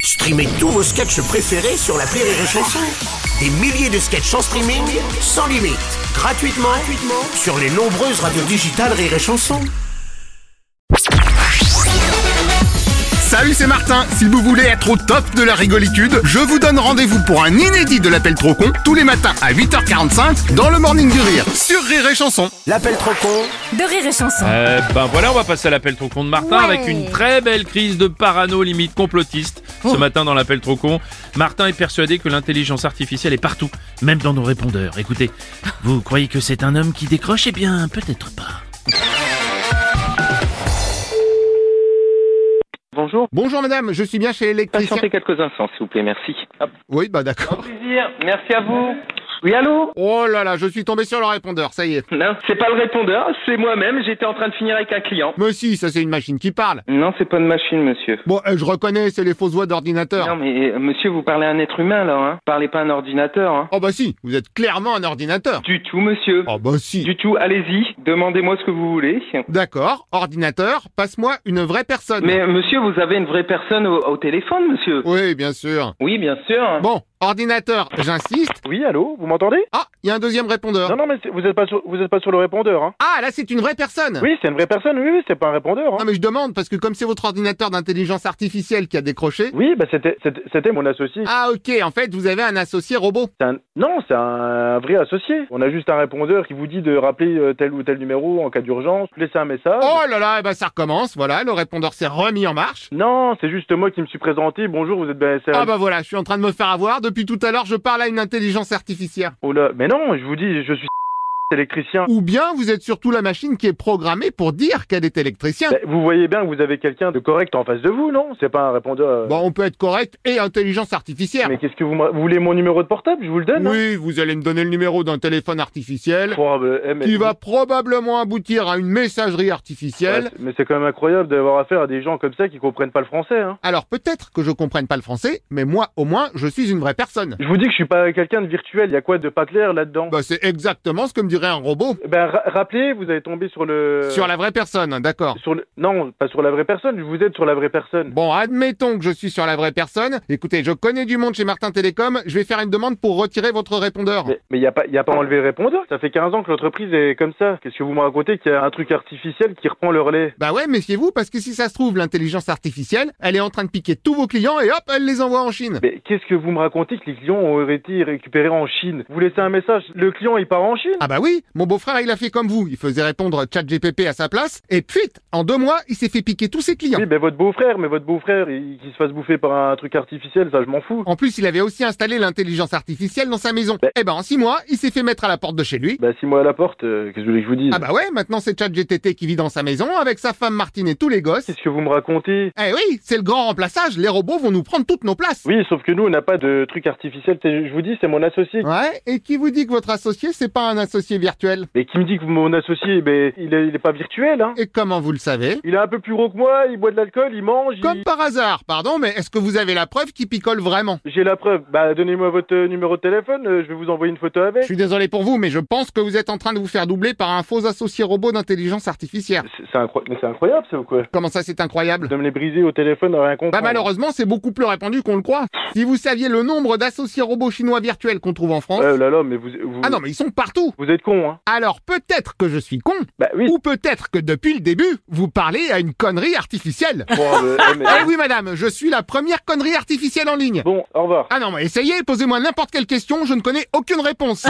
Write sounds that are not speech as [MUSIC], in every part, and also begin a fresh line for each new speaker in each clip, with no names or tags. Streamez tous vos sketchs préférés sur la Rire et Chanson. Des milliers de sketchs en streaming, sans limite, gratuitement, gratuitement sur les nombreuses radios digitales Rire et Chanson.
Salut, c'est Martin. Si vous voulez être au top de la rigolitude, je vous donne rendez-vous pour un inédit de l'appel trop con tous les matins à 8h45 dans le Morning du Rire sur Rire et Chanson.
L'appel trop con
de rire et chanson.
Euh, ben voilà, on va passer à l'appel trop con de Martin
Ouais.
avec une très belle crise de parano limite complotiste. Ce matin dans l'appel trop con, Martin est persuadé que l'intelligence artificielle est partout, même dans nos répondeurs. Écoutez, vous croyez que c'est un homme qui décroche Eh bien, peut-être pas.
Bonjour,
Bonjour madame, je suis bien chez l'électricien.
patientez quelques instants s'il vous plaît, merci.
Oui, bah d'accord.
Plaisir, merci à vous. Oui, allô
Oh là là, je suis tombé sur le répondeur, ça y est.
Non, c'est pas le répondeur, c'est moi-même, j'étais en train de finir avec un client.
Mais si, ça c'est une machine qui parle.
Non, c'est pas une machine, monsieur.
Bon, euh, je reconnais, c'est les fausses voix
Non,
d'ordinateur.
mais euh, monsieur, vous parlez à un être humain, là, hein Parlez pas à un ordinateur, hein
Oh bah si, vous êtes clairement un ordinateur.
Du tout, monsieur.
Oh bah si.
Du tout, allez-y, demandez-moi ce que vous voulez.
D'accord, ordinateur, passe-moi une vraie personne.
Mais euh, monsieur, vous avez une vraie personne au, au téléphone, monsieur
Oui, bien sûr.
Oui, bien sûr.
Oh. Bon, ordinateur, j'insiste.
Oui, allô, vous m'entendez
Ah, il y a un deuxième répondeur.
Non, non, mais c'est- vous êtes pas sur, vous êtes pas sur le répondeur, hein
Ah, là c'est une vraie personne.
Oui, c'est une vraie personne, oui, oui, c'est pas un répondeur,
Non
hein
mais je demande parce que comme c'est votre ordinateur d'intelligence artificielle qui a décroché.
Oui, bah c'était, c'était, c'était mon associé.
Ah ok, en fait vous avez un associé robot.
C'est un- Non, c'est un vrai associé. On a juste un répondeur qui vous dit de rappeler euh, tel ou tel numéro en cas d'urgence, laisser un message.
Oh là là, eh ben ça recommence, voilà, le répondeur s'est remis en marche.
Non, c'est juste moi qui me suis présenté. Bonjour, vous êtes bien SRL.
Ah bah voilà, je suis en train de me faire avoir, depuis tout à l'heure je parle à une intelligence artificielle.
Oh là, mais non, je vous dis, je suis [LAUGHS] électricien.
Ou bien vous êtes surtout la machine qui est programmée pour dire qu'elle est électricien.
Bah, vous voyez bien que vous avez quelqu'un de correct en face de vous, non C'est pas un répondeur. euh,
Bon, on peut être correct et intelligence artificielle.
Mais qu'est-ce que vous, me- vous voulez mon numéro de portable Je vous le donne. hein
Oui, vous allez me donner le numéro d'un téléphone artificiel
Oh, bah, eh, mais-
qui va probablement aboutir à une messagerie artificielle.
Ouais, mais c'est quand même incroyable d'avoir affaire à des gens comme ça qui comprennent pas le français. Hein.
Alors peut-être que je comprenne pas le français, mais moi au moins je suis une vraie personne.
Je vous dis que je suis pas quelqu'un de virtuel. Il y a quoi de pas clair là-dedans
Bah c'est exactement ce que me dirait un robot.
Ben ra- rappelez, vous avez tombé sur le
Sur la vraie personne, d'accord.
sur le non, pas sur la vraie personne. Je vous aide sur la vraie personne.
Bon, admettons que je suis sur la vraie personne. Écoutez, je connais du monde chez Martin Télécom, je vais faire une demande pour retirer votre répondeur.
Mais il n'y a, pas- y a pas enlevé le répondeur. Ça fait 15 ans que l'entreprise est comme ça. Qu'est-ce que vous me racontez qu'il y a un truc artificiel qui reprend le relais
Bah ouais, méfiez-vous, parce que si ça se trouve, l'intelligence artificielle, elle est en train de piquer tous vos clients et hop, elle les envoie en Chine.
Mais qu'est-ce que vous me racontez que les clients auraient été récupérés en Chine Vous laissez un message, le client il part en Chine
Ah bah oui, mon beau-frère, il a fait comme vous. Il faisait répondre ChatGPT à sa place, et puis, en deux mois, il s'est fait piquer tous ses clients.
Oui, ben votre beau-frère, mais votre beau-frère, il, qu'il se fasse bouffer par un truc artificiel, ça je m'en fous.
En plus, il avait aussi installé l'intelligence artificielle dans sa maison.
Bah-
Eh ben, en six mois, il s'est fait mettre à la porte de chez lui.
Bah, si moi à la porte, euh, qu'est-ce que vous voulez que je vous dise
Ah bah ouais, maintenant c'est ChatGTT qui vit dans sa maison avec sa femme Martine et tous les gosses.
Qu'est-ce que vous me racontez
Eh oui, c'est le grand remplaçage, les robots vont nous prendre toutes nos places.
Oui, sauf que nous, on n'a pas de truc artificiel. C'est- Je vous dis, c'est mon associé.
Ouais, et qui vous dit que votre associé, c'est pas un associé virtuel
Mais qui me dit que mon associé, ben, il est, il est pas virtuel, hein
Et comment vous le savez
Il est un peu plus gros que moi, il boit de l'alcool, il mange, il-
Comme par hasard, pardon, mais est-ce que vous avez la preuve qu'il picole vraiment
J'ai la preuve. Bah, donnez-moi votre euh, numéro de téléphone, euh, je vais vous envoyer une photo
Je
avec.
suis désolé pour vous, mais je pense que vous êtes en train de vous faire doubler par un faux associé robot d'intelligence artificielle.
C'est c'est incro- mais c'est incroyable, ça, ou quoi
Comment ça, c'est incroyable
De me les briser au téléphone, à rien comprendre.
Bah malheureusement, c'est beaucoup plus répandu qu'on le croit. Si vous saviez le nombre d'associés robots chinois virtuels qu'on trouve en France...
Oh là là, mais vous... vous...
Ah non, mais ils sont partout
Vous êtes con, hein
Alors peut-être que je suis con,
Bah oui,
ou peut-être que depuis le début, vous parlez à une connerie artificielle.
bon,
[LAUGHS]
euh, eh, mais-
Eh oui, madame, je suis la première connerie artificielle en ligne.
Bon, au revoir.
Ah non, mais essayez, posez-moi n'importe quelle question, je ne connais aucune réponse.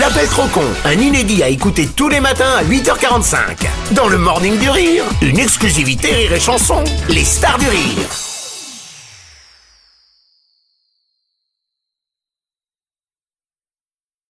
L'appel trop con, un inédit à écouter tous les matins à 8h45. Dans le Morning du Rire, une exclusivité Rire et Chanson, les stars du rire.